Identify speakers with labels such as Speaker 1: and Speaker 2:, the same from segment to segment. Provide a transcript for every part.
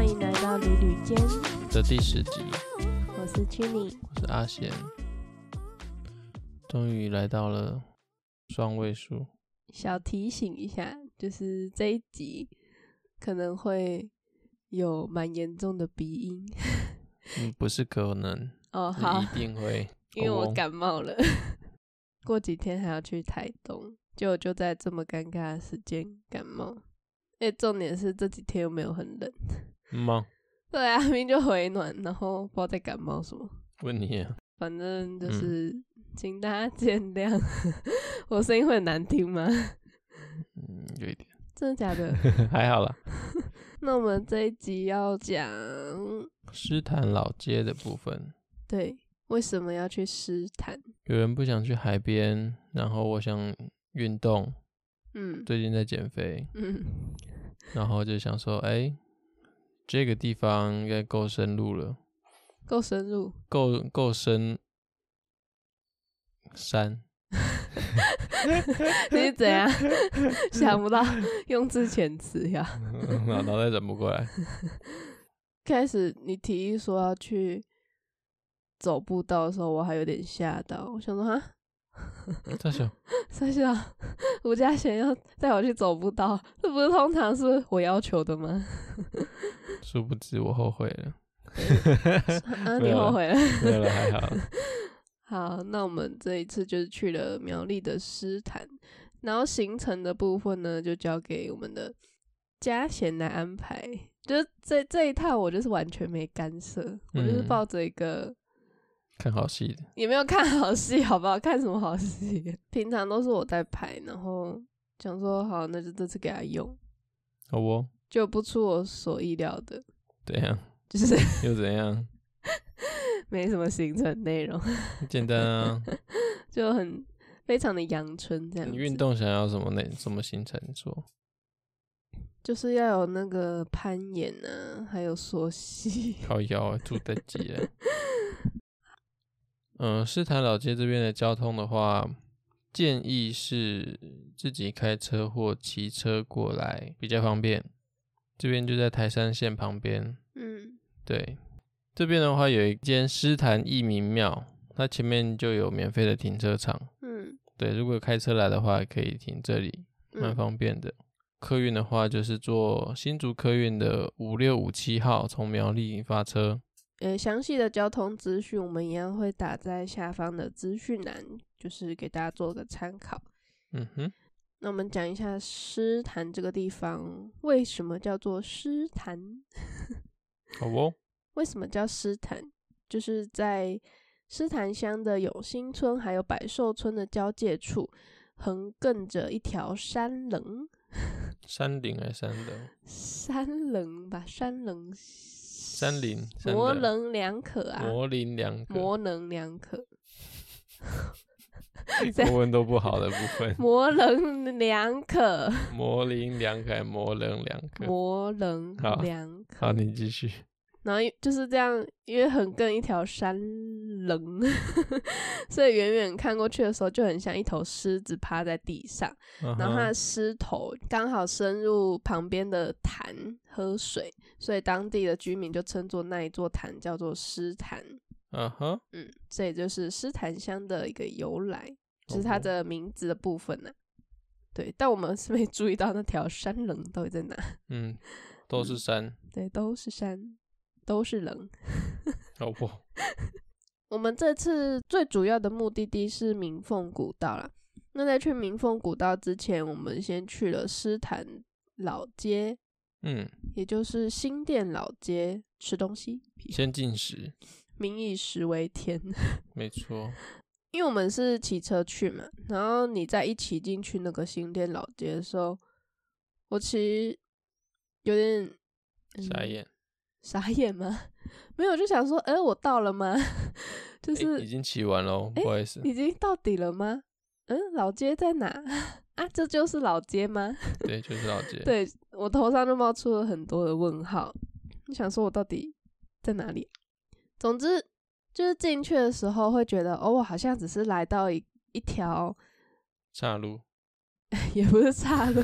Speaker 1: 旅旅间，
Speaker 2: 的第十集，
Speaker 1: 我是 Chini，
Speaker 2: 我是阿贤，终于来到了双位数，
Speaker 1: 小提醒一下，就是这一集可能会有蛮严重的鼻音
Speaker 2: 嗯，不是可能，
Speaker 1: 哦，
Speaker 2: 是
Speaker 1: 好，
Speaker 2: 一，定会
Speaker 1: 因为我
Speaker 2: 哦
Speaker 1: 感冒了， 过几天还要去台东，结果就在这么尴尬的时间感冒，哎，重点是这几天又没有很冷，
Speaker 2: 吗？
Speaker 1: 对啊，明明就回暖，然后不知道在感冒什么。
Speaker 2: 问你啊，
Speaker 1: 反正就
Speaker 2: 嗯
Speaker 1: 是，请大家见谅， 我声音会很难听吗？
Speaker 2: 嗯，有一点，
Speaker 1: 真的假的？
Speaker 2: 还好啦。
Speaker 1: 那我们这一集要讲，
Speaker 2: 诗坛老街的部分，
Speaker 1: 对，为什么要去诗坛？
Speaker 2: 有人不想去海边，然后我想运动，
Speaker 1: 嗯
Speaker 2: 最近在减肥，
Speaker 1: 嗯，
Speaker 2: 然后就想说，哎、这个地方应该够深入了，
Speaker 1: 够深入，
Speaker 2: 够够深山。
Speaker 1: 你是怎样 想不到用字遣词呀？
Speaker 2: 脑脑袋转不过来。
Speaker 1: 开始你提议说要去走步道的时候，我还有点吓到，我想说哈，
Speaker 2: 再说，
Speaker 1: 三小 吴家贤要带我去走步道，这不是通常是我要求的吗？
Speaker 2: 殊不知我后悔了，
Speaker 1: 啊，
Speaker 2: 没
Speaker 1: 你
Speaker 2: 有
Speaker 1: 后
Speaker 2: 了
Speaker 1: 悔了。
Speaker 2: 没有了，还好。
Speaker 1: 好，那我们这一次就是去了苗栗的诗坛，然后行程的部分呢，就交给我们的嘉贤来安排。就是这这一趟，我就是完全没干涉，我就是
Speaker 2: 嗯
Speaker 1: 抱着一个
Speaker 2: 看好戏的，
Speaker 1: 也没有看好戏，好不好？看什么好戏？平常都是我在拍，然后想说好，那就这次给他用，
Speaker 2: 好哦。
Speaker 1: 就不出我所意料的，
Speaker 2: 怎样
Speaker 1: 就是
Speaker 2: 又怎样？
Speaker 1: 没什么行程内容，
Speaker 2: 简单啊。
Speaker 1: 就很非常的阳春这样
Speaker 2: 你
Speaker 1: 子。
Speaker 2: 运动想要什么内什么行程做？
Speaker 1: 就是要有那个攀岩啊，还有溯溪。
Speaker 2: 靠腰啊， 住在几人？嗯，狮潭老街这边的交通的话，建议是自己开车或骑车过来比较方便。这边就在台山县旁边，
Speaker 1: 嗯，
Speaker 2: 对，这边的话有一间诗坛义民庙，它前面就有免费的停车场。
Speaker 1: 嗯
Speaker 2: 对，如果开车来的话，可以停这里，蛮
Speaker 1: 嗯
Speaker 2: 方便的。客运的话，就是坐新竹客运的五六五七号，从苗栗发车。
Speaker 1: 呃，详细的交通资讯我们一样会打在下方的资讯栏，就是给大家做个参考。
Speaker 2: 嗯哼，
Speaker 1: 那我们讲一下诗坛这个地方为什么叫做诗坛？
Speaker 2: 好哦，
Speaker 1: 为什么叫诗坛？就是在诗坛乡的永兴村还有百寿村的交界处，横亘着一条山棱。
Speaker 2: 山林还是山的？
Speaker 1: 山棱吧，山棱，
Speaker 2: 山
Speaker 1: 山
Speaker 2: 林，山
Speaker 1: 模
Speaker 2: 的
Speaker 1: 棱两可啊，
Speaker 2: 模棱两可，
Speaker 1: 模棱两可，，
Speaker 2: 国文都不好的部分
Speaker 1: 模棱两可，
Speaker 2: 模棱两可，模棱两可。
Speaker 1: 模棱
Speaker 2: 好
Speaker 1: 两可，
Speaker 2: 好，你继续。
Speaker 1: 然后因就是这样，因为很跟一条山棱， 所以远远看过去的时候，就很像一头狮子趴在地上，
Speaker 2: 然
Speaker 1: 然后它的狮头刚好深入旁边的潭喝水，所以当地的居民就称作那一座潭叫做狮潭。
Speaker 2: 嗯哼，
Speaker 1: 嗯，这也就是诗坛乡的一个由来，就是它
Speaker 2: 哦
Speaker 1: 的名字的部分呢、对，但我们是没注意到那条山棱到底在哪。
Speaker 2: 嗯，都是山，
Speaker 1: 对，都是山，都是棱。
Speaker 2: 好哦不好？
Speaker 1: 我们这次最主要的目的地是鸣凤古道啦。那在去鸣凤古道之前，我们先去了诗坛老街，
Speaker 2: 嗯，
Speaker 1: 也就是新店老街吃东西，
Speaker 2: 先进食，
Speaker 1: 民以食为天。
Speaker 2: 没错。
Speaker 1: 因为我们是骑车去嘛，然后你在一骑进去那个新店老街的时候，我其实有点、嗯
Speaker 2: 傻眼，
Speaker 1: 傻眼吗？ 没有，就想说，哎、我到了吗？ 就
Speaker 2: 诶已
Speaker 1: 是
Speaker 2: 经骑完喽，
Speaker 1: 诶
Speaker 2: 不好意思，
Speaker 1: 已经到底了吗？嗯，老街在哪 啊？这就是老街吗？
Speaker 2: 对，就是老街，
Speaker 1: 对我头上就冒出了很多的问号，你想说我到底在哪里？总之就是进去的时候会觉得，哦，我好像只是来到一一条。
Speaker 2: 岔路，
Speaker 1: 也不是岔路，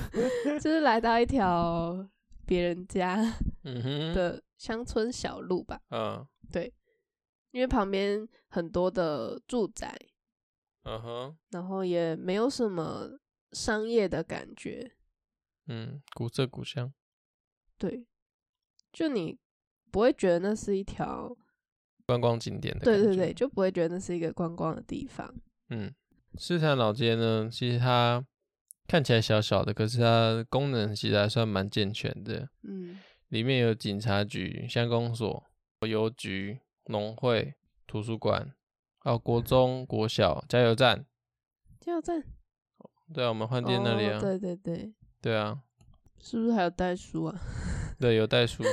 Speaker 1: 就是来到一条别人家，
Speaker 2: 嗯哼，
Speaker 1: 的乡村小路吧，
Speaker 2: 嗯
Speaker 1: 因为旁边很多的住宅，
Speaker 2: 嗯哼，
Speaker 1: 然后也没有什么商业的感觉。
Speaker 2: 嗯，古色古香，
Speaker 1: 对，就你不会觉得那是一条，
Speaker 2: 观光景点的感
Speaker 1: 对
Speaker 2: 觉。
Speaker 1: 对对，就不会觉得那是一个观光的地方。
Speaker 2: 嗯，斯坦老街呢，其实它看起来小小的，可是它的功能其实还算蛮健全的。
Speaker 1: 嗯
Speaker 2: 里面有警察局、乡公所、邮局、农会、图书馆，还有国中、国小、加油站。
Speaker 1: 加油站
Speaker 2: 对啊，我们饭店那里啊，
Speaker 1: 哦，对对对，
Speaker 2: 对啊，
Speaker 1: 是不是还有袋鼠啊？
Speaker 2: 对，有袋鼠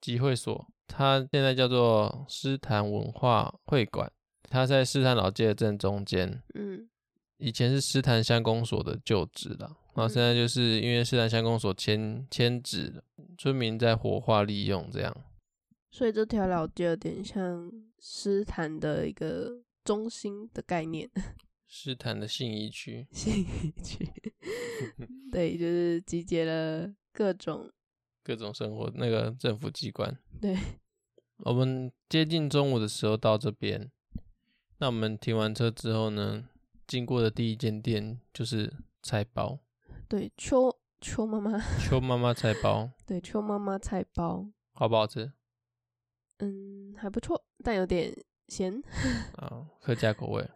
Speaker 2: 集会所，它现在叫做诗坛文化会馆，它在诗坛老街的正中间。
Speaker 1: 嗯
Speaker 2: 以前是诗坛乡公所的旧址啦，然后现在就是因为诗坛乡公所迁迁址了，村民在活化利用这样。
Speaker 1: 所以这条老街有点像诗坛的一个中心的概念，
Speaker 2: 诗坛的信义区，
Speaker 1: 信义区。对，就是集结了各种
Speaker 2: 各种生活那个政府机关。
Speaker 1: 对，
Speaker 2: 我们接近中午的时候到这边，那我们停完车之后呢，经过的第一间店就是菜包，
Speaker 1: 对邱邱妈妈，
Speaker 2: 邱妈妈菜包
Speaker 1: 对邱妈妈菜包，
Speaker 2: 好不好吃
Speaker 1: 嗯，还不错，但有点咸。
Speaker 2: 啊？客家口味，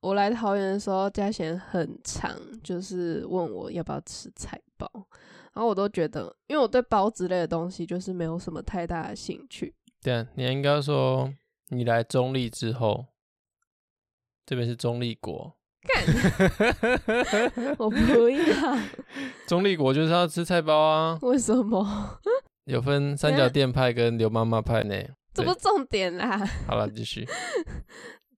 Speaker 1: 我来桃园的时候，嘉贤很常就是问我要不要吃菜包，然后我都觉得，因为我对包之类的东西就是没有什么太大的兴趣。
Speaker 2: 对啊，你应该说你来中立之后，这边是中立国，
Speaker 1: 我不要，
Speaker 2: 中立国就是要吃菜包啊，
Speaker 1: 为什么？
Speaker 2: 有分三角店派跟刘妈妈派呢。
Speaker 1: 这
Speaker 2: 对
Speaker 1: 不是重点啦。
Speaker 2: 好了，继续，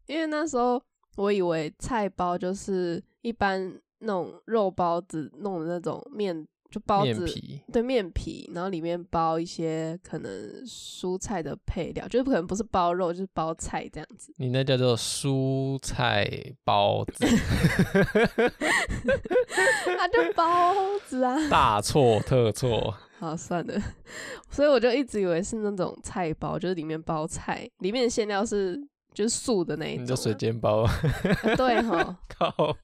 Speaker 1: 因为那时候我以为菜包就是一般那种肉包子弄的那种面，就包
Speaker 2: 面
Speaker 1: 子
Speaker 2: 皮，
Speaker 1: 对面皮，然后里面包一些可能蔬菜的配料，就是可能不是包肉，就是包菜这样子。
Speaker 2: 你那叫做蔬菜包子，
Speaker 1: 啊，就包子啊。
Speaker 2: 大错特错。
Speaker 1: 好，算了。所以我就一直以为是那种菜包，就是里面包菜，里面的馅料是就是素的那一
Speaker 2: 你
Speaker 1: 种
Speaker 2: 的
Speaker 1: 啊、
Speaker 2: 水煎包，
Speaker 1: 啊 对哈，
Speaker 2: 靠，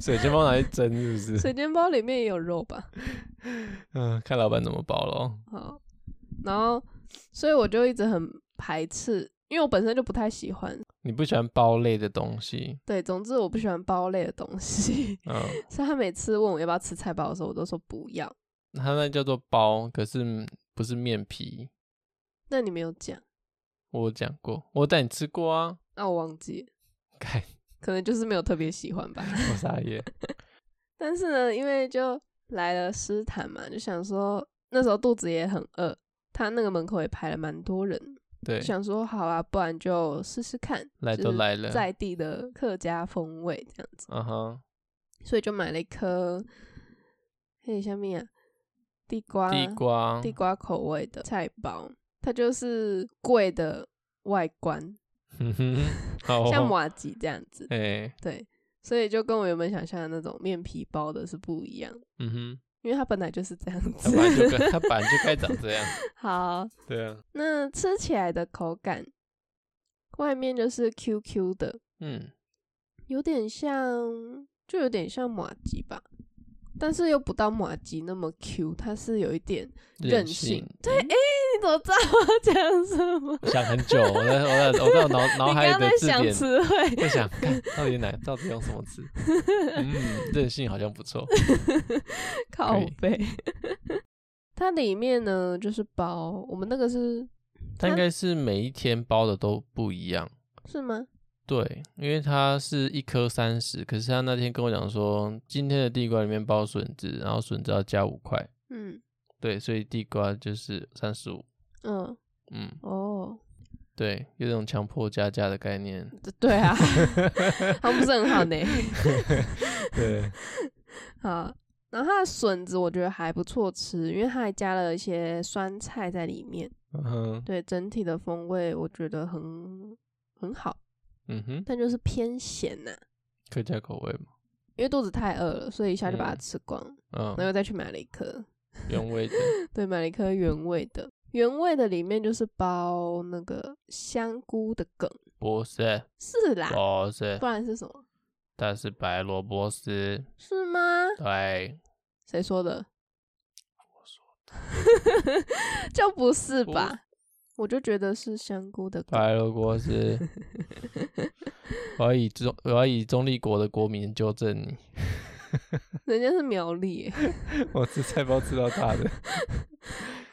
Speaker 2: 水煎包拿去蒸是不是？
Speaker 1: 水煎包里面也有肉吧？
Speaker 2: 嗯，看老板怎么包咯。
Speaker 1: 好，嗯然后所以我就一直很排斥，因为我本身就不太喜欢。
Speaker 2: 你不喜欢包类的东西，
Speaker 1: 对，总之我不喜欢包类的东西，
Speaker 2: 嗯，
Speaker 1: 所以他每次问我要不要吃菜包的时候，我都说不要。
Speaker 2: 它那叫做包，可是不是面皮。
Speaker 1: 那你没有讲，
Speaker 2: 我有讲过，我带你吃过啊。
Speaker 1: 那、我忘记了，
Speaker 2: 看，
Speaker 1: 可能就是没有特别喜欢吧。
Speaker 2: 我傻眼。
Speaker 1: 但是呢，因为就来了诗坛嘛，就想说那时候肚子也很饿，他那个门口也排了蛮多人，
Speaker 2: 对
Speaker 1: 就，想说好啊，不然就试试看，
Speaker 2: 来
Speaker 1: 就
Speaker 2: 都
Speaker 1: 是
Speaker 2: 来了，
Speaker 1: 在地的客家风味这样子，
Speaker 2: 嗯哼，
Speaker 1: 所以就买了一颗，嘿，下面啊，地瓜，
Speaker 2: 地瓜，
Speaker 1: 啊地瓜口味的菜包，它就是贵的外观，
Speaker 2: 嗯哼，好， 哦
Speaker 1: 像马吉这样子，
Speaker 2: 哎、
Speaker 1: 对，所以就跟我原本想象的那种面皮包的是不一样。
Speaker 2: 嗯
Speaker 1: 因为它本来就是这样
Speaker 2: 哼，
Speaker 1: 子
Speaker 2: 它，本来就该，它本来就该长这样，
Speaker 1: 好，
Speaker 2: 对啊，
Speaker 1: 那吃起来的口感，外面就是 QQ 的，
Speaker 2: 嗯，
Speaker 1: 有点像，就有点像马吉吧，但是又不到马吉那么 Q，它是有一点。任性
Speaker 2: 对，
Speaker 1: 你怎么知道我讲什 么？
Speaker 2: 想很久，我在我在我在我脑脑
Speaker 1: 你
Speaker 2: 海
Speaker 1: 刚
Speaker 2: 里的
Speaker 1: 才
Speaker 2: 字
Speaker 1: 想
Speaker 2: 典
Speaker 1: 词 汇，
Speaker 2: 在想，看到底哪到底用什 么字？嗯，任性好像不错，
Speaker 1: 靠
Speaker 2: 可以
Speaker 1: 背。 它里面呢就是包，我们那个是
Speaker 2: 它
Speaker 1: 嗯
Speaker 2: 应该是每一天包的都不一样。
Speaker 1: 是吗？
Speaker 2: 对，因为它是一颗三十，可是他那天跟我讲说，今天的地瓜里面包笋子，然后笋子要加五块，
Speaker 1: 嗯
Speaker 2: 对，所以地瓜就是三十五，
Speaker 1: 嗯
Speaker 2: 嗯，
Speaker 1: 哦，
Speaker 2: 对，有种强迫加价的概念，
Speaker 1: 对对 啊， 好像不是很好呢。
Speaker 2: 对，
Speaker 1: 好，然后它的笋子我觉得还不错吃，因为它还加了一些酸菜在里面，
Speaker 2: 嗯哼，
Speaker 1: 对整体的风味我觉得很很好，
Speaker 2: 嗯哼，
Speaker 1: 但就是偏咸呐、
Speaker 2: 客家口味嘛，
Speaker 1: 因为肚子太饿了，所以一下就把它
Speaker 2: 嗯
Speaker 1: 吃光，然后
Speaker 2: 嗯，
Speaker 1: 又再去买了一颗，
Speaker 2: 原味 的，
Speaker 1: 对，买了一颗原味的。原味的里面就是包那个香菇的梗，
Speaker 2: 不是，
Speaker 1: 是啦，
Speaker 2: 不是
Speaker 1: 不，然是什么？
Speaker 2: 它是白萝卜丝，
Speaker 1: 是吗？
Speaker 2: 对，
Speaker 1: 谁说的？ 我说的，就不是
Speaker 2: 不
Speaker 1: 吧？我就觉得是啊香菇的梗。
Speaker 2: 白萝卜丝。我要以中，我要以中立国的国民纠正你，
Speaker 1: 人家是苗栗耶，
Speaker 2: 我是菜包吃到大 的。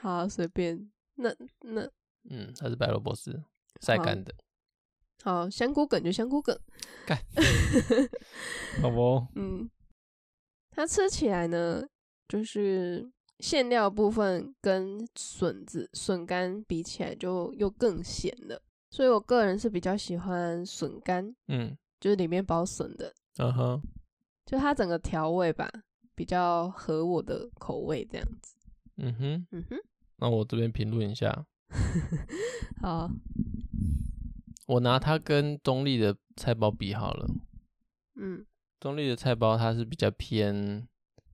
Speaker 1: 好啊随便。那那
Speaker 2: 嗯，它是白萝卜丝，晒
Speaker 1: 好
Speaker 2: 干的，
Speaker 1: 好，香菇梗就香菇梗，
Speaker 2: 好哦不？
Speaker 1: 嗯，它吃起来呢，就是馅料部分跟笋子笋干比起来就又更咸了，所以我个人是比较喜欢笋干，
Speaker 2: 嗯，
Speaker 1: 就是里面包笋的，
Speaker 2: 嗯哼，
Speaker 1: 就它整个调味吧，比较合我的口味这样子。
Speaker 2: 嗯哼，
Speaker 1: 嗯哼，
Speaker 2: 那我这边评论一下，
Speaker 1: 好，
Speaker 2: 我拿它跟中立的菜包比好了。
Speaker 1: 嗯
Speaker 2: 中立的菜包它是比较偏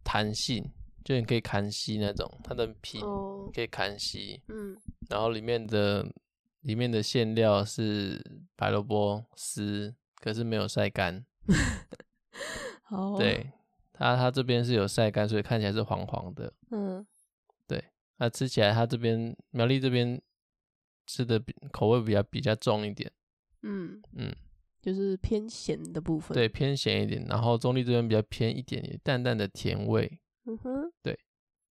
Speaker 2: 弹性，就你可以砍吸那种，它的皮
Speaker 1: 哦
Speaker 2: 可以砍吸，
Speaker 1: 嗯
Speaker 2: 然后里面的里面的馅料是白萝卜丝，可是没有晒干。
Speaker 1: 好哦，
Speaker 2: 对，它它这边是有晒干，所以看起来是黄黄的。
Speaker 1: 嗯
Speaker 2: 那吃起来它这边苗栗这边吃的比口味比较比较重一点，
Speaker 1: 嗯
Speaker 2: 嗯，
Speaker 1: 就是偏咸的部分。，
Speaker 2: 对，偏咸一点。然后中立这边比较偏一点点淡淡的甜 味。
Speaker 1: 嗯哼，
Speaker 2: 对。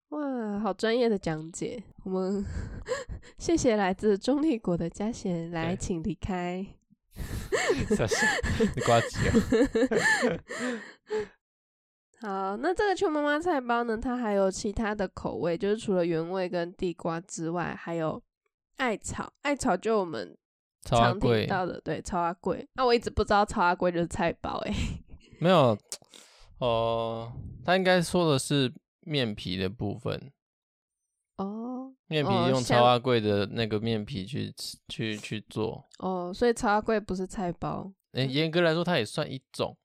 Speaker 1: 哇，好专业的讲解，我们 谢谢来自中立国的嘉贤，来，
Speaker 2: 对
Speaker 1: 请离 开。
Speaker 2: 你挂机啊？
Speaker 1: 好，那这个邱妈妈菜包呢，它还有其他的口味，就是除了原味跟地瓜之外，还有艾草。艾草就我们
Speaker 2: 超阿
Speaker 1: 常听
Speaker 2: 贵
Speaker 1: 到的，对，超阿贵。那、我一直不知道超阿贵就是菜包、欸， 哎，
Speaker 2: 没有，哦、他应该说的是面皮的部分，
Speaker 1: 哦
Speaker 2: 面皮
Speaker 1: 哦
Speaker 2: 用
Speaker 1: 像
Speaker 2: 超阿贵的那个面皮去吃去去做。
Speaker 1: 哦，所以超阿贵不是菜包，
Speaker 2: 诶、严格来说，它也算一种，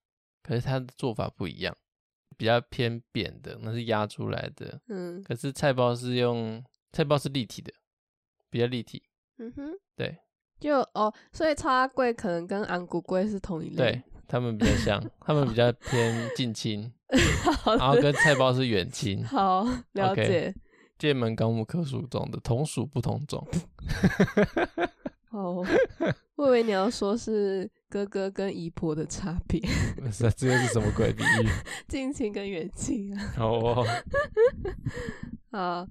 Speaker 2: 可是它的做法不一样，比较偏扁的，那是压出来的。
Speaker 1: 嗯
Speaker 2: 可是菜包是用菜包是立体的，比较立体。
Speaker 1: 嗯哼，
Speaker 2: 对，
Speaker 1: 就哦，所以超阿贵可能跟昂古贵是同一类，
Speaker 2: 对，他们比较 像，他们比较偏近亲，
Speaker 1: 好
Speaker 2: 然后
Speaker 1: 的，
Speaker 2: 跟菜包是远亲，
Speaker 1: 好了
Speaker 2: OK
Speaker 1: 解。
Speaker 2: 界门纲目科属中的同属不 同种。
Speaker 1: 哦，我以为你要说是哥哥跟姨婆的差别，
Speaker 2: 这这又是什么鬼比喻？
Speaker 1: 近亲跟远亲啊。
Speaker 2: 哦，
Speaker 1: 好，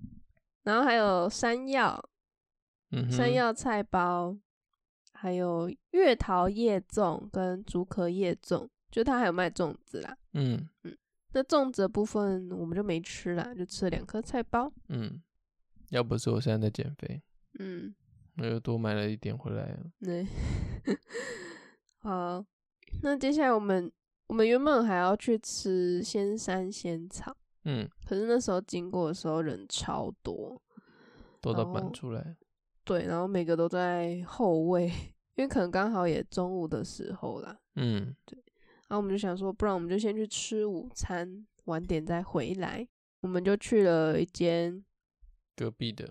Speaker 1: 然后还有山药、
Speaker 2: 嗯
Speaker 1: 山
Speaker 2: 哼，
Speaker 1: 药菜包，还有月桃叶粽跟竹壳叶粽，就它还有卖粽子啦。
Speaker 2: 嗯
Speaker 1: 那粽子的部分我们就没吃啦，就吃了两颗菜包。
Speaker 2: 嗯，要不是我现在在减肥，
Speaker 1: 嗯，
Speaker 2: 我又多买了一点回来啊。
Speaker 1: 对。 好，那接下来我们我们原本还要去吃仙山仙草。
Speaker 2: 嗯，
Speaker 1: 可是那时候经过的时候人超多，
Speaker 2: 多到
Speaker 1: 然后
Speaker 2: 搬出来。
Speaker 1: 对，然后每个都在后位，因为可能刚好也中午的时候啦。
Speaker 2: 嗯，
Speaker 1: 然后我们就想说，不然我们就先去吃午餐，晚点再回来。我们就去了一间，
Speaker 2: 隔壁的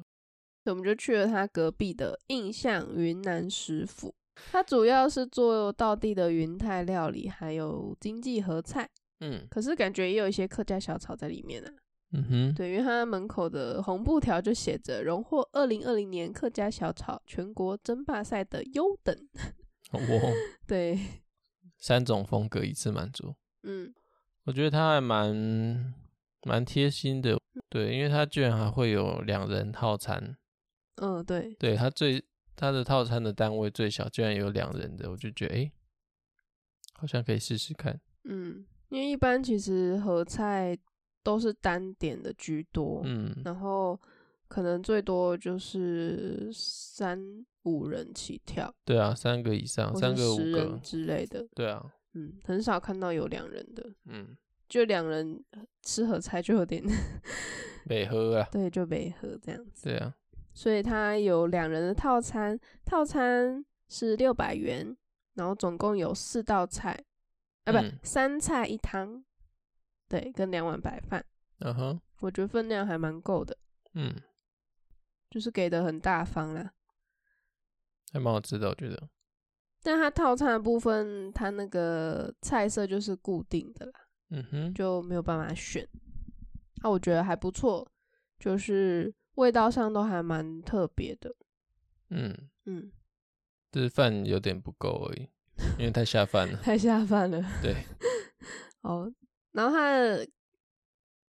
Speaker 1: 对我们就去了他隔壁的印象云南食府，它主要是做道地的云泰料理，还有经济合菜，
Speaker 2: 嗯
Speaker 1: 可是感觉也有一些客家小炒在里面啊。
Speaker 2: 嗯哼，
Speaker 1: 对，因为它门口的红布条就写着“荣获二零二零年客家小炒全国争霸赛的优等
Speaker 2: 我”。
Speaker 1: 对，
Speaker 2: 三种风格一次满足，
Speaker 1: 嗯，
Speaker 2: 我觉得他还蛮蛮贴心的。对，因为他居然还会有两人套餐，
Speaker 1: 嗯，对，
Speaker 2: 对他最他的套餐的单位最小，居然有两人的，我就觉得诶，好像可以试试看。
Speaker 1: 嗯，因为一般其实合菜都是单点的居多，
Speaker 2: 嗯
Speaker 1: 然后可能最多就是三五人起跳，
Speaker 2: 对啊，三个以上，
Speaker 1: 或
Speaker 2: 三
Speaker 1: 是
Speaker 2: 个五
Speaker 1: 十
Speaker 2: 个
Speaker 1: 人，之类的，
Speaker 2: 对啊，
Speaker 1: 嗯，很少看到有两人的，
Speaker 2: 嗯，
Speaker 1: 就两人吃合菜就有点
Speaker 2: 北喝啊，
Speaker 1: 对，就没合这样子。
Speaker 2: 对啊，
Speaker 1: 所以它有两人的套餐，套餐是六百元，然后总共有四道菜，啊不，
Speaker 2: 嗯
Speaker 1: 三菜一汤，对，跟两碗白饭，
Speaker 2: 嗯哼，
Speaker 1: 我觉得分量还蛮够的，
Speaker 2: 嗯，
Speaker 1: 就是给的很大方啦。
Speaker 2: 还蛮好吃的，我觉得。
Speaker 1: 但它套餐的部分，它那个菜色就是固定的啦，
Speaker 2: 嗯哼，
Speaker 1: 就没有办法选。啊，我觉得还不错，就是味道上都还蛮特别的。
Speaker 2: 嗯，
Speaker 1: 嗯，
Speaker 2: 就是饭有点不够而已，因为太下饭了。
Speaker 1: 太下饭了。
Speaker 2: 对，
Speaker 1: 哦，然后它的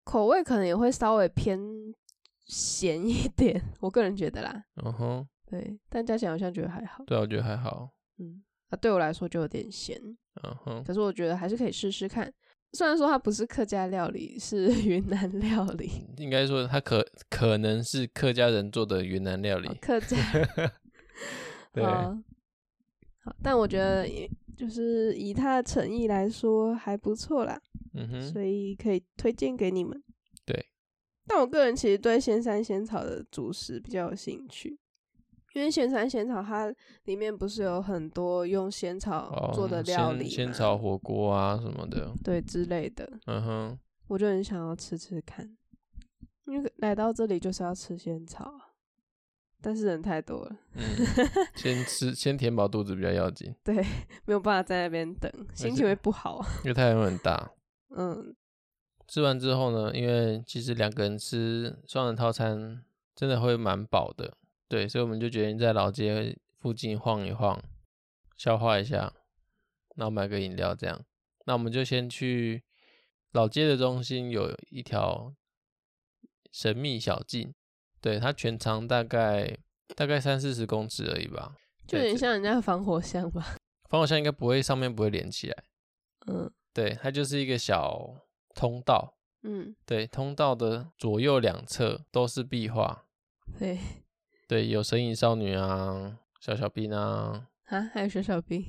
Speaker 1: 口味可能也会稍微偏咸一点，我个人觉得啦。
Speaker 2: 嗯哼，
Speaker 1: 对，但加起来好像觉得还好。
Speaker 2: 对啊，我觉得还好。
Speaker 1: 嗯，啊，对我来说就有点咸，
Speaker 2: 嗯哼，
Speaker 1: 可是我觉得还是可以试试看。虽然说它不是客家料理，是 云南料理，
Speaker 2: 应该说它可可能是客家人做的云南料理
Speaker 1: 哦。客 家
Speaker 2: 对，
Speaker 1: 哦好，但我觉得也就是以它的诚意来说还不错啦，
Speaker 2: 嗯哼，
Speaker 1: 所以可以推荐给你们。
Speaker 2: 对，
Speaker 1: 但我个人其实对仙山仙草的主食比较有兴趣，因为仙山仙草它里面不是有很多用仙草
Speaker 2: 哦，
Speaker 1: 做的料理、
Speaker 2: 仙仙草，火锅啊什么的。
Speaker 1: 对之类的，
Speaker 2: 嗯哼，
Speaker 1: 我就很想要吃吃看，因为来到这里就是要吃仙草啊，但是人太多了，
Speaker 2: 嗯，先吃，先填饱肚子比较要紧，
Speaker 1: 没有办法在那边等，心情会不好啊。
Speaker 2: 因为太阳很大。
Speaker 1: 嗯，
Speaker 2: 吃完之后呢，因为其实两个人吃双人套餐真的会蛮饱的，对，所以我们就决定在老街附近晃一晃，消化一下，然后买个饮料这样。那我们就先去老街的中心有一条神秘小径，对，它全长大概大概三四十公尺而已吧，
Speaker 1: 就有点像人家的防火箱吧。
Speaker 2: 防火箱应该不会上面不会连起来，
Speaker 1: 嗯
Speaker 2: 对，它就是一个小通道，
Speaker 1: 嗯，
Speaker 2: 对，通道的左右两侧都是壁画，
Speaker 1: 对
Speaker 2: 对，有神隐少女啊、小小兵啊，
Speaker 1: 啊，还有小小兵，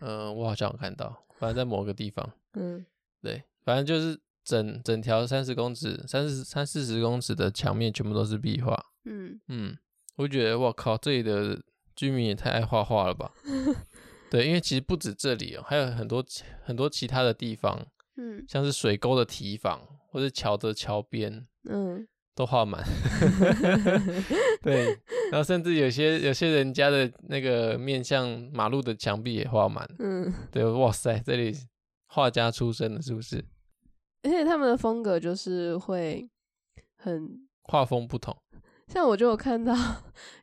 Speaker 2: 呃，我好像有看到，反正在某个地方，
Speaker 1: 嗯
Speaker 2: 对，反正就是整整条三十公尺、三十三四十公尺的墙面全部都是壁画，
Speaker 1: 嗯，
Speaker 2: 嗯，我觉得我靠，这里的居民也太爱画画了吧？对，因为其实不止这里哦，还有很多其很多其他的地方，
Speaker 1: 嗯
Speaker 2: 像是水沟的堤防或者桥的桥边，
Speaker 1: 嗯，
Speaker 2: 都画满， 对，然后甚至有些有些人家的那个面向马路的墙壁也画满，
Speaker 1: 嗯，
Speaker 2: 对，哇塞，这里画家出身的是不是？
Speaker 1: 而且他们的风格就是会很
Speaker 2: 画风不同，
Speaker 1: 像，我就有看到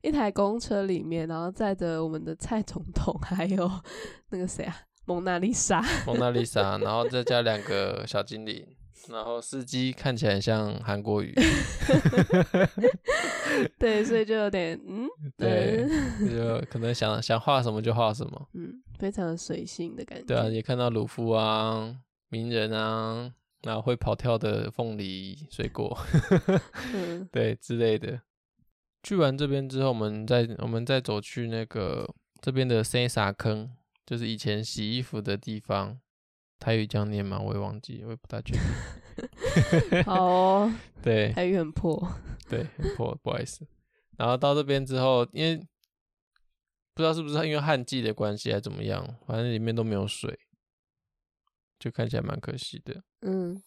Speaker 1: 一台公车里面，然后载着我们的蔡总统，还有 那个谁啊，蒙娜丽莎，
Speaker 2: 蒙娜丽莎，然后再加两个小精灵，然后司机看起来像韩国语，
Speaker 1: 对，所以就有点嗯
Speaker 2: 对，就可能想想画什么就画什么，
Speaker 1: 嗯，非常的随性的感觉。
Speaker 2: 对啊，也看到鲁夫啊、鸣人啊，然后会跑跳的凤梨水果。
Speaker 1: 嗯
Speaker 2: 对之类的。去完这边之后，我们再我们再走去那个这边的塞沙坑，就是以前洗衣服的地方。台语这样念吗？我也忘记，我也不大确定。
Speaker 1: 好哦，
Speaker 2: 对
Speaker 1: 台语很破。
Speaker 2: 对，很破，不好意思。然后到这边之后，因为不知道是不是因为旱季的关系还是怎么样，反正里面都没有水，就看起来蛮可惜的。
Speaker 1: 嗯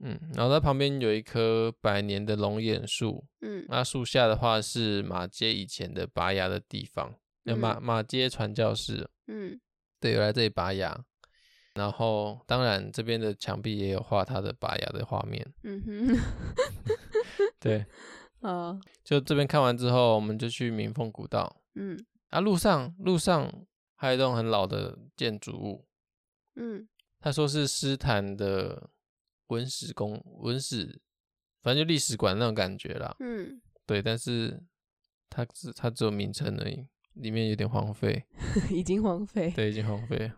Speaker 2: 嗯，然后它旁边有一棵百年的龙眼树，
Speaker 1: 嗯
Speaker 2: 那树下的话是马街以前的拔牙的地方，那、
Speaker 1: 嗯
Speaker 2: 马马街传教士
Speaker 1: 嗯
Speaker 2: 对有来这里拔牙，然后当然这边的墙壁也有画他的拔牙的画 面。
Speaker 1: 嗯哼，
Speaker 2: 对，
Speaker 1: 啊
Speaker 2: 就这边看完之后，我们就去民凤古道
Speaker 1: 嗯
Speaker 2: 啊，路上路上还有一栋很老的建筑物，
Speaker 1: 嗯
Speaker 2: 他说是诗坛的文史宫文史，反正就历史馆那种感觉啦。
Speaker 1: 嗯，
Speaker 2: 对，但是它只它只有名称而已，里面有点荒废。
Speaker 1: 已经荒废。
Speaker 2: 对，已经荒废了。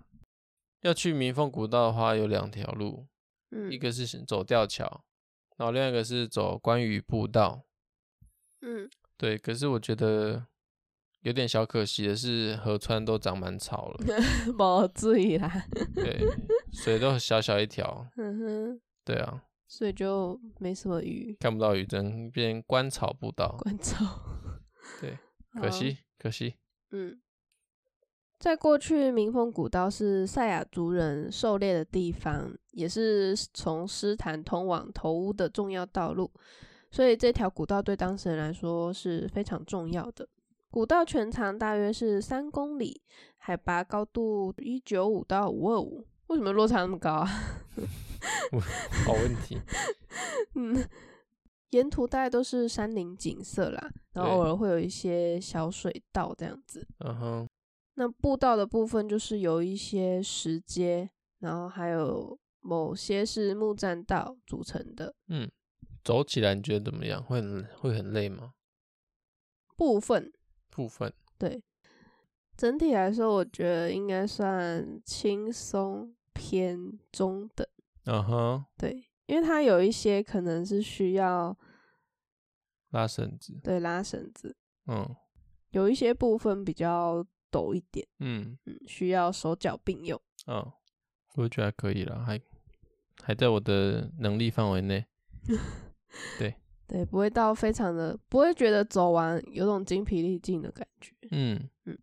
Speaker 2: 要去民凤古道的话，有两条路，
Speaker 1: 嗯
Speaker 2: 一个是走吊桥，然后另外一个是走关羽步道。
Speaker 1: 嗯
Speaker 2: 对，可是我觉得有点小可惜的是，河川都长满草 了，
Speaker 1: 没注意啦。
Speaker 2: 对，水都小小一条。
Speaker 1: 嗯哼，
Speaker 2: 对啊，
Speaker 1: 所以就没什么鱼
Speaker 2: 看不到雨真变观草步道，
Speaker 1: 观众。哦
Speaker 2: 对，
Speaker 1: 好
Speaker 2: 可。惜，可惜。
Speaker 1: 嗯，在过去，明凤古道是赛亚族人狩猎的地方，也是从斯坦通往头屋的重要道路，所以这条古道对当事人来说是非常重要的。古道全长大约是三公里，海拔高度一九五到五二五。为什么落差那么高啊？
Speaker 2: 好问题。
Speaker 1: 嗯，沿途大概都是山林景色啦，然后偶
Speaker 2: 对
Speaker 1: 尔会有一些小水道这样子。
Speaker 2: 嗯哼，
Speaker 1: 那步道的部分就是有一些石阶，然后还有某些是木栈道组成的
Speaker 2: 走起来你觉得怎么样？会很会很累吗？
Speaker 1: 部分。
Speaker 2: 部分
Speaker 1: 整体来说，我觉得应该算轻松偏中等。
Speaker 2: 嗯哼，
Speaker 1: 对，因为它有一些可能是需要
Speaker 2: 拉绳子，
Speaker 1: 对拉绳子，
Speaker 2: 嗯
Speaker 1: 有一些部分比较陡一点，
Speaker 2: 嗯
Speaker 1: 嗯，需要手脚并用。
Speaker 2: 嗯，我觉得还可以啦，还还在我的能力范围内。
Speaker 1: 对，不会到非常的，不会觉得走完有种精疲力尽的感觉。
Speaker 2: 嗯
Speaker 1: 嗯，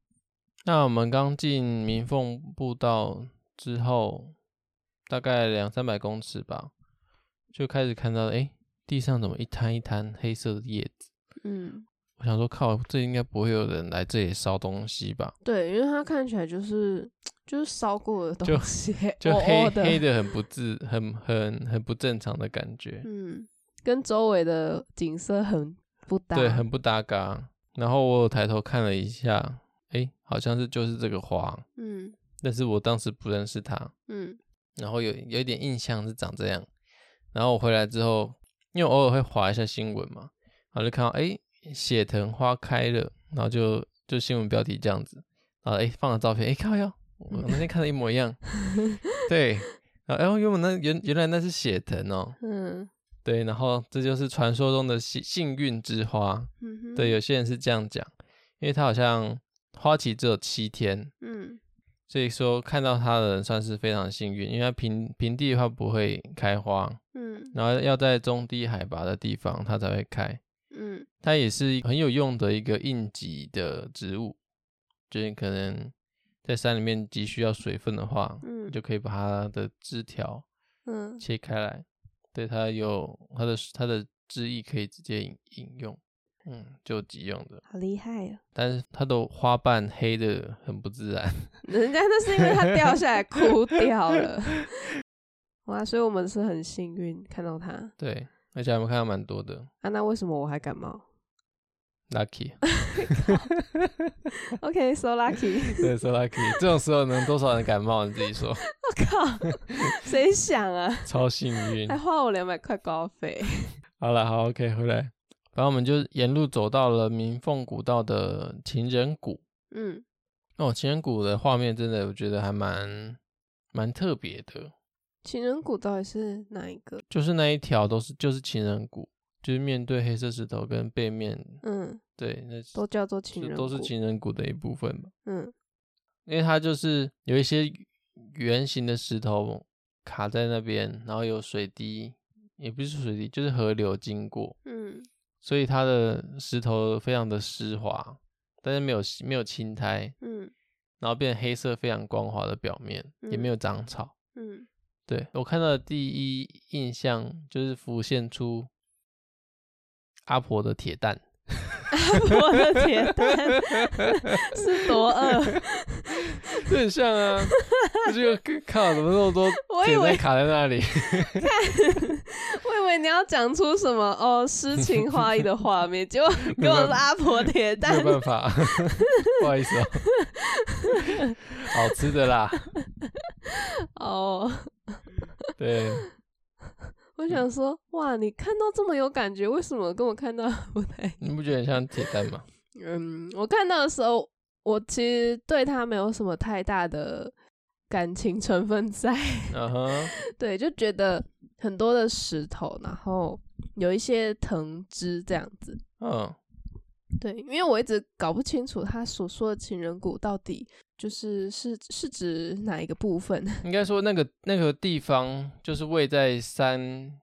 Speaker 2: 那我们刚进明凤步道之后，大概两三百公尺吧，就开始看到，哎、地上怎么一滩一滩黑色的叶子？
Speaker 1: 嗯，
Speaker 2: 我想说，靠，这应该不会有人来这里烧东西吧？
Speaker 1: 对，因为它看起来就是就是烧过的
Speaker 2: 就
Speaker 1: 东西，
Speaker 2: 就
Speaker 1: 哦哦
Speaker 2: 黑
Speaker 1: 的，
Speaker 2: 黑的很不自，很很很不正常的感觉，
Speaker 1: 嗯，跟周围的景色很不搭。
Speaker 2: 对，很不搭嘎。然后我有抬头看了一下，哎、好像是就是这个花，
Speaker 1: 嗯
Speaker 2: 但是我当时不认识它。
Speaker 1: 嗯
Speaker 2: 然后有有一点印象是长这样。然后我回来之后，因为我偶尔会划一下新闻嘛，然后就看到哎，血藤花开了，然后就就新闻标题这样子，然后哎放了照片，哎靠呀，我那天看的一模一样，对，然后哎原本那原原来那是血藤哦，
Speaker 1: 嗯
Speaker 2: 对，然后这就是传说中的幸幸运之花，
Speaker 1: 嗯哼，
Speaker 2: 对，有些人是这样讲，因为它好像花期只有七天，
Speaker 1: 嗯
Speaker 2: 所以说看到它的人算是非常幸运，因为它平平地的话不会开花，
Speaker 1: 嗯
Speaker 2: 然后要在中低海拔的地方它才会开。
Speaker 1: 嗯
Speaker 2: 它也是很有用的一个应急的植物，就是你可能在山里面急需要水分的话，你
Speaker 1: 嗯
Speaker 2: 就可以把它的枝条
Speaker 1: 嗯，
Speaker 2: 切开来，对它有它的它的枝叶可以直接饮饮用，嗯，就急用的。
Speaker 1: 好厉害 哦！
Speaker 2: 但是它的花瓣黑的很不自然，
Speaker 1: 人家那是因为它掉下来哭掉 了。哇，所以我们是很幸运看到它
Speaker 2: 对，而且我们看到蛮多的
Speaker 1: 啊。那为什么我还感冒
Speaker 2: lucky。
Speaker 1: ？OK，so、lucky。
Speaker 2: 对，so lucky。这种时候能多少人感冒？你自 己说，
Speaker 1: 我靠，谁想啊？
Speaker 2: 超幸 运
Speaker 1: 还。花我两百块高费。
Speaker 2: 好了，好，OK，回来。然后我们就沿路走到了明凤古道的情人谷。
Speaker 1: 嗯
Speaker 2: 哦，情人谷的画面真的，我觉得还蛮蛮特别的，，
Speaker 1: 情人谷到底是哪一个？
Speaker 2: 就是那一条都是就是情人谷，就是面对黑色石头跟背面，
Speaker 1: 嗯，
Speaker 2: 对，那是
Speaker 1: 都叫做情人
Speaker 2: 就
Speaker 1: 谷，
Speaker 2: 都是情人谷的一部分嘛。
Speaker 1: 嗯
Speaker 2: 因为它就是有一些圆形的石头卡在那边，然后有水滴，也不是水滴，就是河流经过，
Speaker 1: 嗯
Speaker 2: 所以它的石头非常的湿滑，但是没有没有青苔，
Speaker 1: 嗯
Speaker 2: 然后变黑色非常光滑的表面，也没有长草。
Speaker 1: 嗯
Speaker 2: 对我看到的第一印象就是浮现出阿婆的铁蛋，
Speaker 1: 我的铁蛋是多饿，
Speaker 2: 这 很像啊！我就靠，怎么那么多
Speaker 1: 我以
Speaker 2: 铁蛋
Speaker 1: 为
Speaker 2: 卡在 那里？
Speaker 1: 我以为你要讲出什么哦诗情画意的画面，结果 给我是阿婆铁
Speaker 2: 没
Speaker 1: 蛋
Speaker 2: 有，办法， 不好意思哦。好吃的啦，
Speaker 1: 哦，
Speaker 2: 对，
Speaker 1: 我想
Speaker 2: 嗯
Speaker 1: 说哇，你看到这么有感觉，为什么跟我看到不太？
Speaker 2: 你不觉得很像铁蛋吗？
Speaker 1: 嗯，我看到的时候，我其实对他没有什么太大的感情成分在。
Speaker 2: 嗯哼，
Speaker 1: 对，就觉得很多的石头，然后有一些藤枝这样子。
Speaker 2: 嗯，
Speaker 1: 对，因为我一直搞不清楚他所说的情人谷到底就是是是指哪一个部分。
Speaker 2: 应该说那个那个地方就是位在三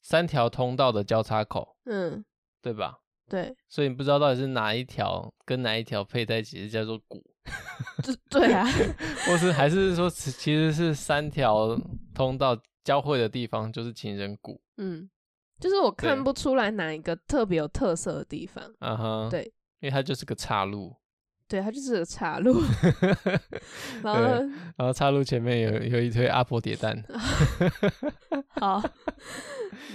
Speaker 2: 三条通道的交叉口，
Speaker 1: 嗯，
Speaker 2: 对吧？
Speaker 1: 对，
Speaker 2: 所以你不知道到底是哪一条跟哪一条配在一起，是叫做谷。
Speaker 3: 就对啊，
Speaker 2: 或是还是说其其实是三条通道交汇的地方就是情人谷，
Speaker 3: 嗯，就是我看
Speaker 2: 对
Speaker 3: 不出来哪一个特别有特色的地方。
Speaker 2: 啊哈，
Speaker 3: 对，
Speaker 2: 因为它就是个岔路，
Speaker 3: 对，它就是个岔路，然后呢
Speaker 2: 然后岔路前面有有一堆阿婆铁蛋，
Speaker 3: 好，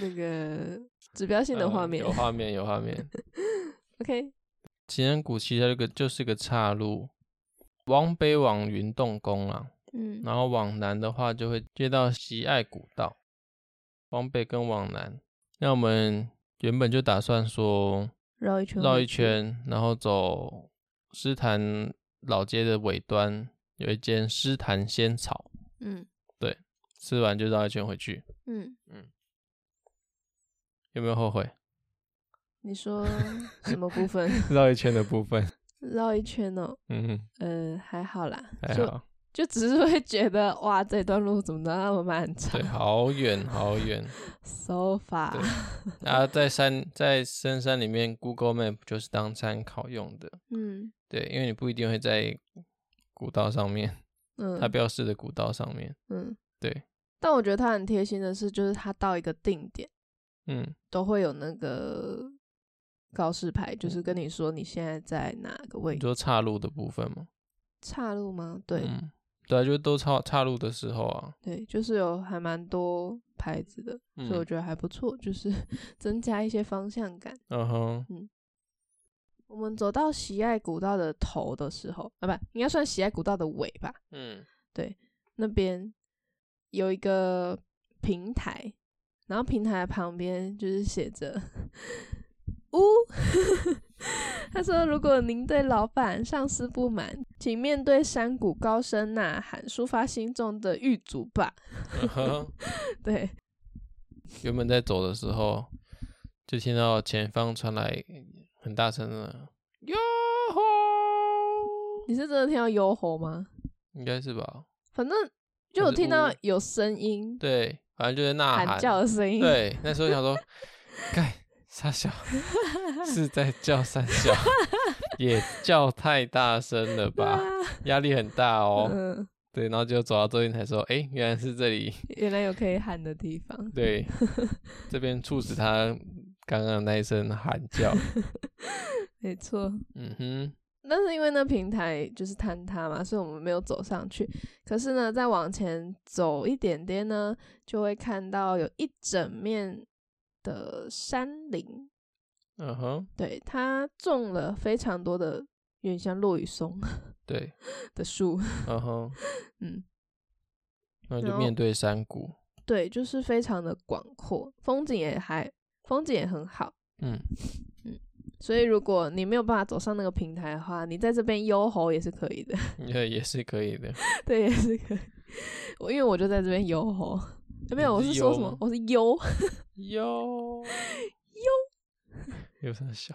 Speaker 3: 那个指标性的画
Speaker 2: 呃
Speaker 3: 面、
Speaker 2: 有画面有画面，
Speaker 3: o k
Speaker 2: 情人谷其实这个就是个岔路，往北往云洞宫啊，
Speaker 1: 嗯，
Speaker 2: 然后往南的话就会接到喜爱古道，往北跟往南。那我们原本就打算说
Speaker 1: 绕一圈，
Speaker 2: 绕一，圈，然后走诗坛老街的尾端有一间诗坛仙草，
Speaker 1: 嗯
Speaker 2: 吃完就绕一圈回去。
Speaker 1: 嗯，
Speaker 2: 有没有后悔
Speaker 1: 你 说什么部分？
Speaker 2: 绕一圈的部分？
Speaker 1: 绕一圈哦，
Speaker 2: 嗯，
Speaker 1: 呃，还好啦，
Speaker 2: 还
Speaker 1: 就
Speaker 2: 好，
Speaker 1: 就只是会觉得哇，这段路怎么那么漫长
Speaker 2: 对，好远好远。
Speaker 1: ？So
Speaker 2: 对
Speaker 1: far，
Speaker 2: 啊，在山在深山里面，Google Map 就是当参考用的，
Speaker 1: 嗯
Speaker 2: 对，因为你不一定会在古道上面， 它
Speaker 1: 嗯
Speaker 2: 标示的古道上面，
Speaker 1: 嗯，
Speaker 2: 对。
Speaker 1: 但我觉得他很贴心的是，就是他到一个定点
Speaker 2: 嗯，
Speaker 1: 都会有那个告示牌，
Speaker 2: 嗯
Speaker 1: 就是跟你说你现在在哪个位
Speaker 2: 你
Speaker 1: 置，
Speaker 2: 说岔路的部分嘛，
Speaker 1: 岔路吗？对
Speaker 2: 嗯，对啊，就都岔岔路的时候啊，
Speaker 1: 对，就是有还蛮多牌子的，所以我
Speaker 2: 嗯
Speaker 1: 觉得还不错，就是 增加一些方向感。
Speaker 2: 嗯哼，
Speaker 1: 我们走到喜爱古道的头的时候，啊，不，应该算喜爱古道的尾吧。
Speaker 2: 嗯
Speaker 1: 那边有一个平台，然后平台旁边就是写着“呜”， 他说：“如果您对老板、上司不满，请面对山谷高声呐喊，抒发心中的狱卒吧。
Speaker 2: 嗯哼，”
Speaker 1: 对，
Speaker 2: 原本在走的时候，就听到前方传来很大声的哟吼，
Speaker 1: 你是真的听到哟吼吗？
Speaker 2: 应该是吧？
Speaker 1: 反正就
Speaker 2: 还
Speaker 1: 有
Speaker 2: 是
Speaker 1: 听到
Speaker 2: 呜
Speaker 1: 有声音，
Speaker 2: 对，反正就是呐
Speaker 1: 喊
Speaker 2: 喊，
Speaker 1: 叫的声 音。
Speaker 2: 对，那时候想说，盖傻小是在叫三 小，也叫太大声了
Speaker 1: 啊，
Speaker 2: 吧，压力很大哦。
Speaker 1: 嗯，
Speaker 2: 对，然后就走到这边才说，哎、原来是这里，
Speaker 1: 原来有可以喊的地方。
Speaker 2: 对，这边促使他刚刚那一声喊叫。
Speaker 1: 没错。
Speaker 2: 嗯哼，
Speaker 1: 但是因为那平台就是坍塌嘛，所以我们没有走上去。可是呢，再往前走一点点呢，就会看到有一整面的山林，
Speaker 2: 嗯哼，
Speaker 1: 对，它种了非常多的有点像落羽松
Speaker 2: 对，
Speaker 1: 的树，
Speaker 2: 嗯哼，
Speaker 1: 嗯，
Speaker 2: 然后
Speaker 1: 然
Speaker 2: 就
Speaker 1: 后
Speaker 2: 面对山谷。
Speaker 1: 对，就是非常的广阔，风景也还风景也很好。
Speaker 2: 嗯，
Speaker 1: 所以如果你没有办法走上那个平台的话，你在这边悠吼也是可以的，
Speaker 2: 也也是可以的。
Speaker 1: 对，也是可以。我因为我就在这边悠吼，呃没有，我
Speaker 2: 你是
Speaker 1: 是说
Speaker 2: 悠
Speaker 1: 什么
Speaker 2: 吗？
Speaker 1: 我是悠。
Speaker 2: 哟有啥笑？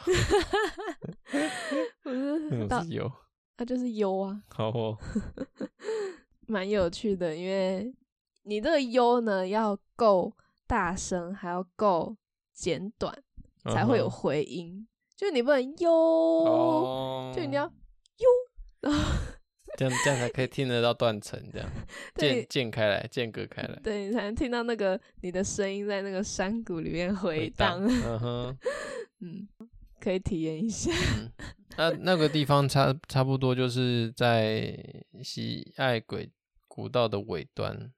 Speaker 1: 我是到
Speaker 2: 嗯，是有，
Speaker 1: 啊，就是优啊，
Speaker 2: 好哦。
Speaker 1: 蛮有趣的，因为你这个优呢要够大声，还要够简短，
Speaker 2: 嗯
Speaker 1: 才会有
Speaker 2: 哼
Speaker 1: 回音。就你不能优，
Speaker 2: 哦，
Speaker 1: 就你要
Speaker 2: 这样这样才可以听得到断层，这样
Speaker 1: 对
Speaker 2: 间间开来，间隔开来，
Speaker 1: 对你才能听到那个你的声音在那个山谷里面回荡。
Speaker 2: 嗯哼，
Speaker 1: 嗯，可以体验一下。
Speaker 2: 嗯那那个地方差差不多就是在喜爱鬼古道的尾端，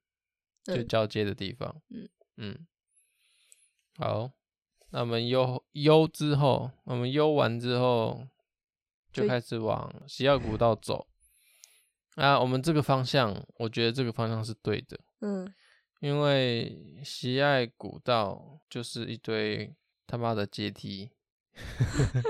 Speaker 2: 就
Speaker 1: 嗯
Speaker 2: 交接的地方。
Speaker 1: 嗯
Speaker 2: 嗯，好，那我们悠悠之后，我们悠完之后，就
Speaker 1: 就
Speaker 2: 开始往喜爱古道走。啊，我们这个方向，我觉得这个方向是对的。
Speaker 1: 嗯
Speaker 2: 因为喜爱古道就是一堆他妈的阶梯，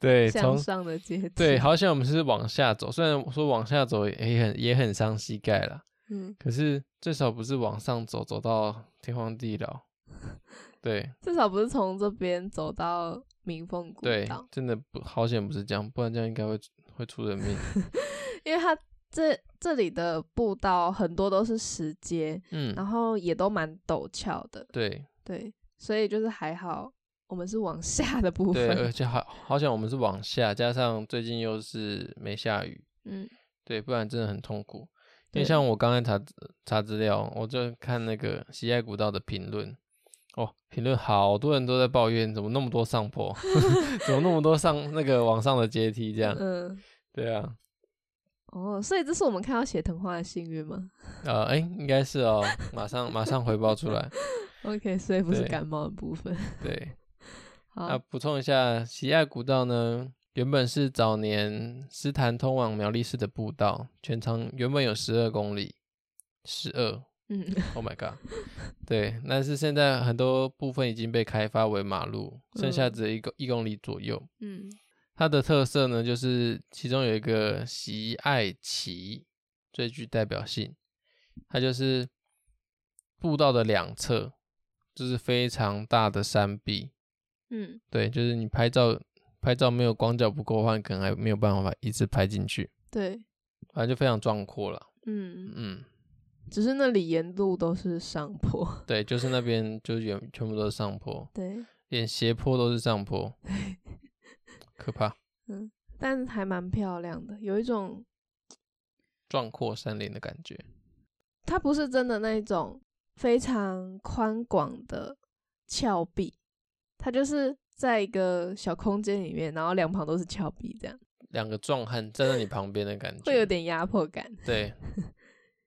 Speaker 2: 对，
Speaker 1: 向
Speaker 2: 从
Speaker 1: 上的阶梯。
Speaker 2: 对，好像我们是往下走，虽然说往下走也也很也很伤膝盖啦，
Speaker 1: 嗯，
Speaker 2: 可是最少不是往上走，走到天荒地老。对
Speaker 1: 至少不是从这边走到鸣凤古
Speaker 2: 对
Speaker 1: 道，，
Speaker 2: 真的不好险不是这样，不然这样应该会会出 人命。
Speaker 1: 因为它这这里的步道很多都是石阶，
Speaker 2: 嗯，
Speaker 1: 然后也都蛮陡峭的，
Speaker 2: 对，
Speaker 1: 对，所以就是还好我们是往 下的部
Speaker 2: 对，呃
Speaker 1: 分，
Speaker 2: 而且好好像我们是往下，加上最近又是没下雨，
Speaker 1: 嗯，
Speaker 2: 对，不然真的很痛苦。因为
Speaker 1: 对
Speaker 2: 像我刚才查资查资料，我就看那个西爱古道的评论，哦，评论好多人都在抱怨，怎么那么多上坡， 怎么那么多上那个往上的阶梯 这样。
Speaker 1: 嗯，
Speaker 2: 对啊，
Speaker 1: 哦，所以这是我们看到血藤花的幸运吗
Speaker 2: 呃，哎、应该是哦，马上马上回报出来。
Speaker 1: ？OK，所以不是
Speaker 2: 对啊
Speaker 1: 感冒的部分。
Speaker 2: 对，
Speaker 1: 好，
Speaker 2: 那补充一下，喜爱古道呢，原本是早年斯坦通往苗栗市的步道，全长原本有十二公里，十二
Speaker 1: 嗯，
Speaker 2: ，Oh my god！对，但是现在很多部分已经被开发为马路，剩下
Speaker 1: 嗯
Speaker 2: 只有一公一公里左右。
Speaker 1: 嗯，
Speaker 2: 它的特色呢，就是其中有一个喜爱旗最具代表性，它就是步道的两侧就是非常大的山壁，
Speaker 1: 嗯，
Speaker 2: 对，就是你拍照拍照没有光脚不够换，可能还没有办法一直拍进去，
Speaker 1: 对，
Speaker 2: 反正就非常壮阔了。
Speaker 1: 嗯，
Speaker 2: 嗯，
Speaker 1: 只是那里沿路都是上坡，
Speaker 2: 对，就是那边就是全全部都是上坡，
Speaker 1: 对，
Speaker 2: 连斜坡都是 上坡，可怕。
Speaker 1: 但还蛮漂亮的，有一种
Speaker 2: 壮阔山林的感觉，
Speaker 1: 它不是真的那种非常宽广的峭壁，它就是在一个小空间里面，然后两旁都是峭壁，这样
Speaker 2: 两个壮汉站在你旁边的感觉，
Speaker 1: 会有点压迫感，
Speaker 2: 对，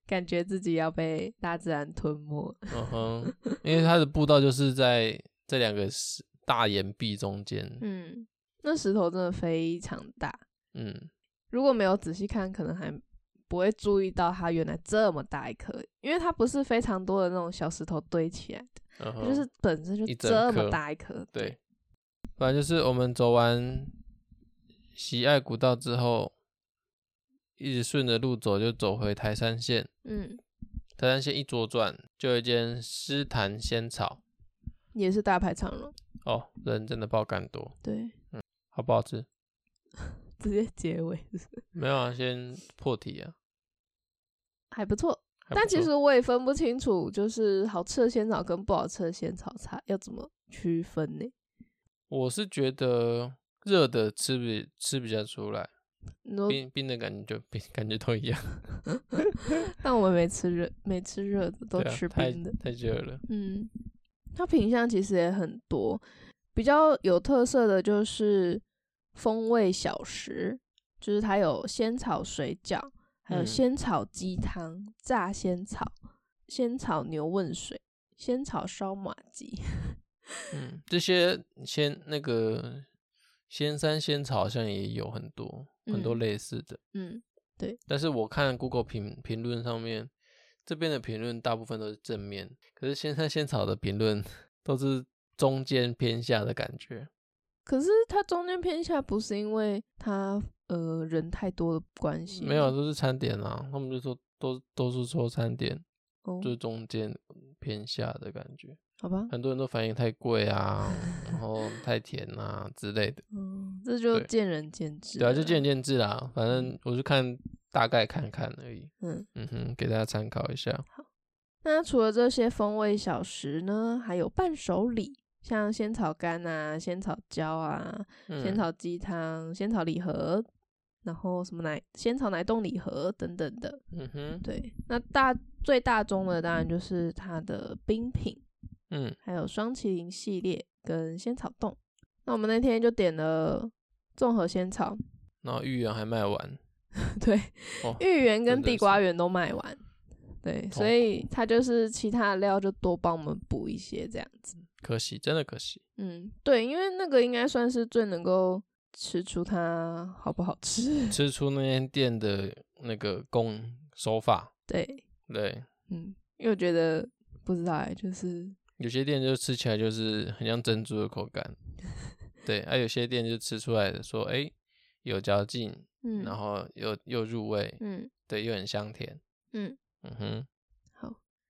Speaker 1: 感觉自己要被大自然吞没。
Speaker 2: 嗯哼，因为它的步道就是在这两个石大岩壁中间，
Speaker 1: 嗯，那石头真的非常大，
Speaker 2: 嗯，
Speaker 1: 如果没有仔细看，可能还不会注意到它原来这么大一颗，因为它不是非常多的那种小石头堆起来的，
Speaker 2: 嗯
Speaker 1: 它
Speaker 2: 哼，
Speaker 1: 就是本身就
Speaker 2: 一整
Speaker 1: 这
Speaker 2: 颗
Speaker 1: 么大一颗。
Speaker 2: 对，反正就是我们走完喜爱古道之后，一直顺着路走就走回台山县，
Speaker 1: 嗯，
Speaker 2: 台山县一左转就有一间诗坛仙草，
Speaker 1: 也是大排长龙。
Speaker 2: 哦，人真的爆肝多，
Speaker 1: 对，
Speaker 2: 好不好吃？
Speaker 1: 直接结 尾
Speaker 2: 没有啊，先破题啊，
Speaker 1: 还不错。
Speaker 2: 还
Speaker 1: 但
Speaker 2: 不
Speaker 1: 其
Speaker 2: 错
Speaker 1: 实我也分不清楚，就是好吃的仙草跟不好吃的仙草茶要怎么区分呢？
Speaker 2: 我是觉得热的吃比吃比较出来。
Speaker 1: 你说，
Speaker 2: 冰冰的感觉就 冰，感觉都一样，
Speaker 1: 但我们没吃热，没吃热的，都
Speaker 2: 对啊
Speaker 1: 吃
Speaker 2: 太
Speaker 1: 冰的。
Speaker 2: 太热了。
Speaker 1: 嗯，它品相其实也很多，比较有特色的就是风味小食，就是它有仙草水饺，还有
Speaker 2: 嗯
Speaker 1: 仙草鸡汤、炸仙草、仙草牛问水、仙草烧马鸡。
Speaker 2: 嗯，这些仙那个仙山仙草好像也有很多、很多
Speaker 1: 嗯
Speaker 2: 类似的，
Speaker 1: 嗯，
Speaker 2: 但是我看 Google 评评论上面，这边的评论大部分都是正面，可是仙山仙草的评论 都是中间偏下的感觉。
Speaker 1: 可是它中间偏下不是因为它呃人太多的关系吗，
Speaker 2: 没有，都是餐点啊，他们就说都都是说餐点，
Speaker 1: 哦，
Speaker 2: 就是中间偏下的感觉。
Speaker 1: 好吧，
Speaker 2: 很多人都反映太贵啊，然后太甜啊之类的。
Speaker 1: 嗯，这就
Speaker 2: 对
Speaker 1: 见仁见智
Speaker 2: 对
Speaker 1: 了啦，
Speaker 2: 啊，就见仁见智啦。反正我就看大概看看而已。
Speaker 1: 嗯。
Speaker 2: 嗯哼，给大家参考一下。
Speaker 1: 那除了这些风味小食呢，还有伴手礼，像仙草干啊、仙草椒啊、
Speaker 2: 嗯、
Speaker 1: 仙草鸡汤、仙草礼盒，然后什么奶仙草奶冻礼盒等等的。
Speaker 2: 嗯哼，
Speaker 1: 对，那大最大宗的当然就是它的冰品，
Speaker 2: 嗯，
Speaker 1: 还有双麒麟系列跟仙草冻。那我们那天就点了综合仙草，
Speaker 2: 然后芋圆还卖完，
Speaker 1: 对，
Speaker 2: 哦
Speaker 1: 芋圆跟
Speaker 2: 真的
Speaker 1: 地
Speaker 2: 是
Speaker 1: 瓜圆都卖完，对，
Speaker 2: 苦
Speaker 1: 所以它就是其他的料就多帮我们补一些这样子。
Speaker 2: 可惜，真的可惜。
Speaker 1: 嗯，对，因为那个应该算是最能够吃出它好不好吃。
Speaker 2: 吃出那间店的那个工手法，
Speaker 1: 对，
Speaker 2: 对，
Speaker 1: 嗯，因为我觉得不知道哎、就是
Speaker 2: 有些店就吃起来就是很像珍珠的口感，对，啊，有些店就吃出来的说，哎、有嚼劲，
Speaker 1: 嗯，
Speaker 2: 然后又又入味，
Speaker 1: 嗯
Speaker 2: 对，又很香甜。
Speaker 1: 嗯，
Speaker 2: 嗯哼，
Speaker 1: 好，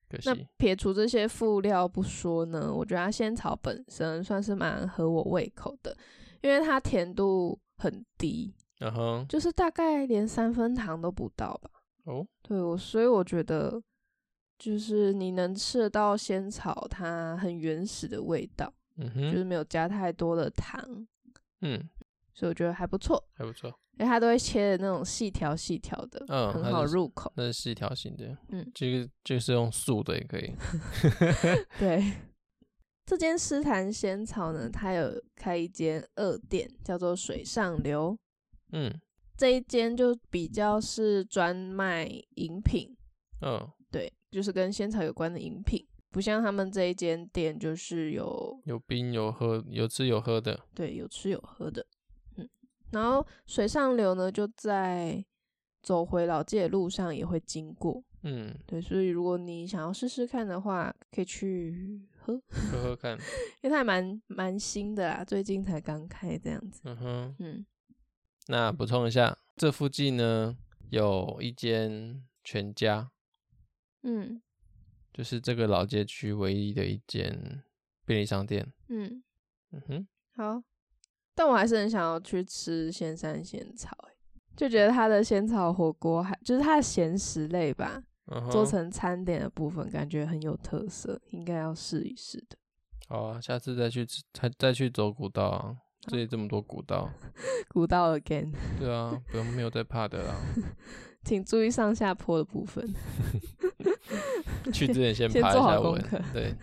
Speaker 2: 可
Speaker 1: 那
Speaker 2: 惜，
Speaker 1: 撇除这些副料不说呢，我觉得它仙草本身算是蛮合我胃口的，因为它甜度很低，
Speaker 2: 然后
Speaker 1: 就是大概连三分糖都不到吧。
Speaker 2: 哦，
Speaker 1: 对我，所以我觉得就是你能吃得到仙草它很原始的味道，
Speaker 2: 嗯
Speaker 1: 就
Speaker 2: 哼，
Speaker 1: 是没有加太多的糖，
Speaker 2: 嗯，
Speaker 1: 所以我觉得还不错。
Speaker 2: 还不错，
Speaker 1: 因为它都会切的那种细条细条的，
Speaker 2: 嗯它
Speaker 1: 很好
Speaker 2: 就是
Speaker 1: 入口。
Speaker 2: 那是细条形的，
Speaker 1: 嗯，
Speaker 2: 这个就是用素的也 可以，
Speaker 1: 对， 这间诗坛仙草呢，它有开一间二店，叫做水上流。
Speaker 2: 嗯
Speaker 1: 这一间就比较是专卖饮品，
Speaker 2: 嗯，
Speaker 1: 对，就是跟仙草有关的饮品，不像他们这一间店就是有
Speaker 2: 有冰有喝有吃有喝的，
Speaker 1: 对有吃有喝的，嗯。然后水上流呢，就在走回老街的路上也会经过，
Speaker 2: 嗯，
Speaker 1: 对，所以如果你想要试试看的话，可以去喝，
Speaker 2: 喝喝看，
Speaker 1: 因为它还蛮蛮新的啦，最近才刚开这样子。
Speaker 2: 嗯哼。
Speaker 1: 嗯，
Speaker 2: 那补充一下，这附近呢有一间全家，
Speaker 1: 嗯
Speaker 2: 就是这个老街区唯一的一间便利商店。
Speaker 1: 嗯，
Speaker 2: 嗯哼，
Speaker 1: 好。但我还是很想要去吃仙山仙草、欸，就觉得它的仙草火锅还就是它的咸食类吧，
Speaker 2: 嗯哼
Speaker 1: 做成餐点的部分感觉很有特色，应该要试一试的。
Speaker 2: 好啊，下次再去吃，再再去走古道啊。这里这么多古道，
Speaker 1: 古道 again，
Speaker 2: 对啊，不用没有在怕的啦。
Speaker 1: 请注意上下坡的部分。
Speaker 2: 去之前先
Speaker 1: 先
Speaker 2: 爬一
Speaker 1: 做
Speaker 2: 下
Speaker 1: 好功
Speaker 2: 文
Speaker 1: 课。
Speaker 2: 对，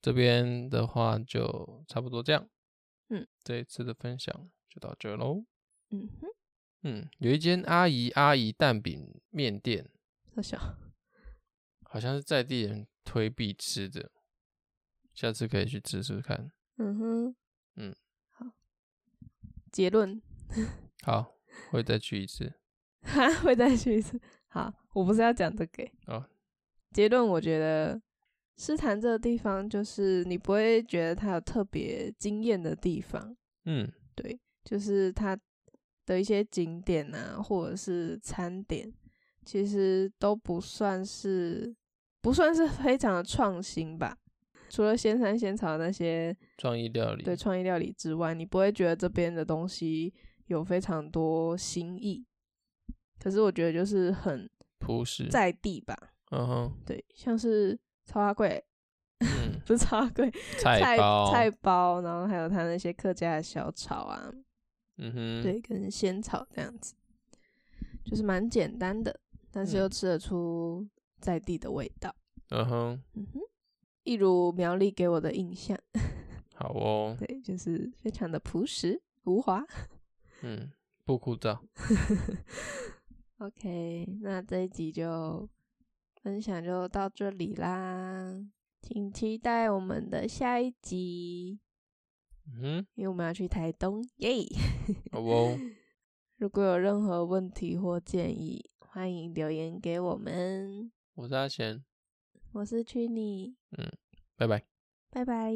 Speaker 2: 这边的话就差不多这样。
Speaker 1: 嗯，
Speaker 2: 这一次的分享就到这喽。
Speaker 1: 嗯哼，
Speaker 2: 嗯，有一间阿姨阿姨蛋饼面店，
Speaker 1: 小小，
Speaker 2: 好像是在地人推必吃的，下次可以去吃吃看。
Speaker 1: 嗯哼，
Speaker 2: 嗯，
Speaker 1: 好。结论
Speaker 2: 好，会再去一次。
Speaker 1: 哈， 会再去一次。好，我不是要讲这个欸。
Speaker 2: 哦
Speaker 1: 结论我觉得诗坛这个地方，就是你不会觉得它有特别惊艳的地方，
Speaker 2: 嗯
Speaker 1: 就是它的一些景点啊，或者是餐点，其实都不算是不算是非常的创新吧。除了仙山仙草那些
Speaker 2: 创意料理。
Speaker 1: 对创意料理之外，你不会觉得这边的东西有非常多新意。可是我觉得就是很
Speaker 2: 朴实。
Speaker 1: 在地吧，
Speaker 2: 嗯哼，
Speaker 1: 对，像是超花柜，
Speaker 2: 嗯，
Speaker 1: 不是超花柜，
Speaker 2: 菜包。
Speaker 1: 菜包，然后还有它那些客家的小炒啊，
Speaker 2: 嗯哼，
Speaker 1: 对，跟仙草这样子，就是蛮简单的，但是又
Speaker 2: 嗯
Speaker 1: 吃得出在地的味道。
Speaker 2: 嗯哼，
Speaker 1: 嗯哼，一如苗栗给我的印象，
Speaker 2: 好哦。
Speaker 1: 对，就是非常的朴实无华。
Speaker 2: 嗯，不枯燥。
Speaker 1: OK，那这一集就分享就到这里啦，请期待我们的下一集。
Speaker 2: 嗯
Speaker 1: 因为我们要去台东耶。
Speaker 2: 哼，好哦。
Speaker 1: 如果有任何问题或建议，欢迎留言给我们。
Speaker 2: 我是阿贤，
Speaker 1: 我是去你，
Speaker 2: 拜拜。
Speaker 1: 拜拜。